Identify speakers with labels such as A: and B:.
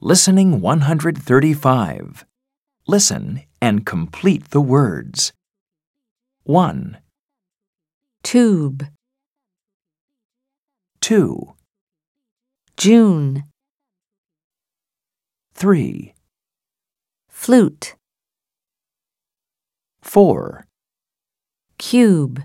A: Listening 135. Listen and complete the words. 1,
B: tube,
A: 2,
B: June,
A: 3,
B: flute,
A: 4,
B: cube,